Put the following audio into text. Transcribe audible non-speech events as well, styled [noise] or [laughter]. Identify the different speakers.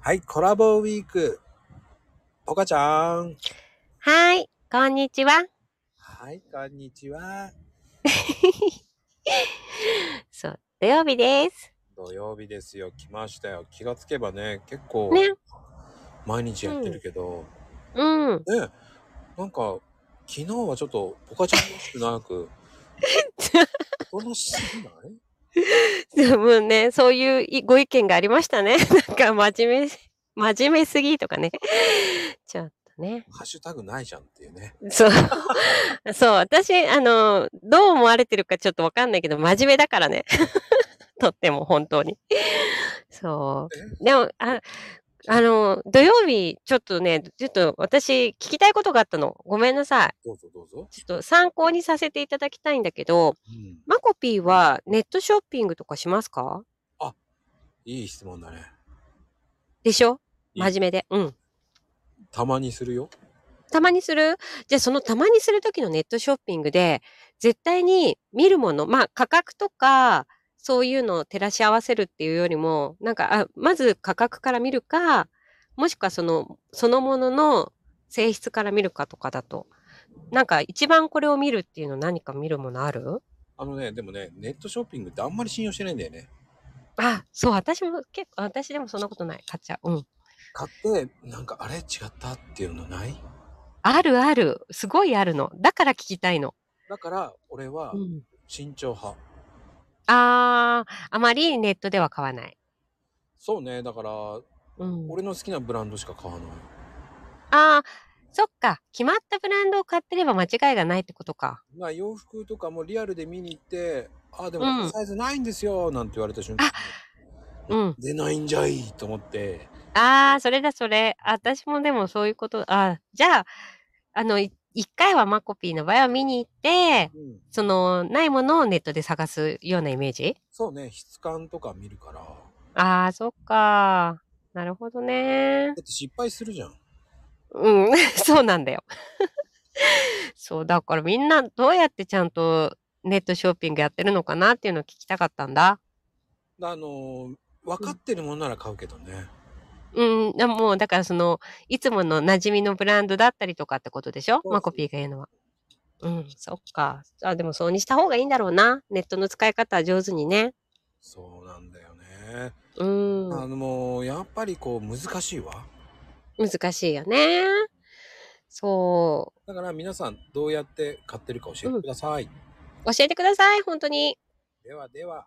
Speaker 1: はい、コラボウィーク。ポカちゃん。
Speaker 2: はい、こんにちは。
Speaker 1: はい、こんにちは。
Speaker 2: そう、土曜日です。
Speaker 1: 土曜日ですよ。来ましたよ。気がつけばね、結構
Speaker 2: ね。
Speaker 1: 毎日やってるけど、
Speaker 2: うん。
Speaker 1: ね、なんか、昨日はちょっとポカちゃんらしくなく、おとなしすぎない
Speaker 2: でもね、そういういご意見がありましたね。 [laughs] なんか真面目、真面目すぎとかね。ちょっとね。
Speaker 1: ハッシュタグないじゃんっていうね。
Speaker 2: そう。そう、 [laughs] 私、あの、どう思われてるかちょっとわかんないけど、真面目だからね。 [laughs] とっても本当に。そう。でも、ああの、土曜日、ちょっとね、ちょっと私、聞きたいことがあったの。ごめんなさい。
Speaker 1: どうぞどうぞ。
Speaker 2: ちょっと参考にさせていただきたいんだけど、
Speaker 1: うん、
Speaker 2: マコピーはネットショッピングとかしますか
Speaker 1: いい質問だね。
Speaker 2: でしょ
Speaker 1: うん
Speaker 2: 真面目で。うん。
Speaker 1: たまにするよ。
Speaker 2: たまにするじゃあそのたまにする時のネットショッピングで、絶対に見るもの、まあ価格とか、そういうのを照らし合わせるっていうよりも、なんか、あまず価格から見るか、もしくはその、そのものの性質から見るかとかだと。なんか一番これを見るっていうの何か見るものある
Speaker 1: あのね、でもね、ネットショッピングってあんまり信用してないんだよね。
Speaker 2: あ、そう、私も結構、私でもそんなことない。買っちゃう。うん。
Speaker 1: 買って、なんかあれ違ったっていうのない
Speaker 2: あるある。すごいあるの。だから聞きたいの。
Speaker 1: だから、俺は慎重派。
Speaker 2: ああ、あまりネットでは買わない。
Speaker 1: そうね、だから、
Speaker 2: うん、
Speaker 1: 俺の好きなブランドしか買わない。
Speaker 2: ああ、そっか。決まったブランドを買ってれば間違いがないってことか。
Speaker 1: まあ洋服とかもリアルで見に行って、あ、でも
Speaker 2: うん
Speaker 1: このサイズないんですよ、なんて言われた瞬間、
Speaker 2: うん。
Speaker 1: 出ないんじゃいと思って、
Speaker 2: ああ、それだそれ。私もでもそういうこと。ああ、じゃあ、あの、い一回はマコピーの場合は見に行って、
Speaker 1: うん、
Speaker 2: その、ないものをネットで探すようなイメージ
Speaker 1: そうね、質感とか見るから、だ
Speaker 2: ああ、そっか。なるほどね。
Speaker 1: って失敗するじゃん。
Speaker 2: うん、 [laughs] そうなんだよ。そう、だからみんなどうやってちゃんとネットショッピングやってるのかなっていうのを聞きたかったんだ。
Speaker 1: あのー、分かってるもんなら買うけどね。
Speaker 2: うん、でももうだからその、いつもの馴染みのブランドだったりとかってことでしょ
Speaker 1: そう
Speaker 2: マコピーが言うのは。うん、そっか。あ、でもそうにした方がいいんだろうな。ネットの使い方は上手にね。
Speaker 1: そうなんだよね。
Speaker 2: うん、
Speaker 1: あの、もう、やっぱりこう、難しいわ。
Speaker 2: 難しいよね。そ
Speaker 1: だから皆さん、どうやって買ってるか教えてください。
Speaker 2: う。教えてください、本当に。
Speaker 1: ではでは。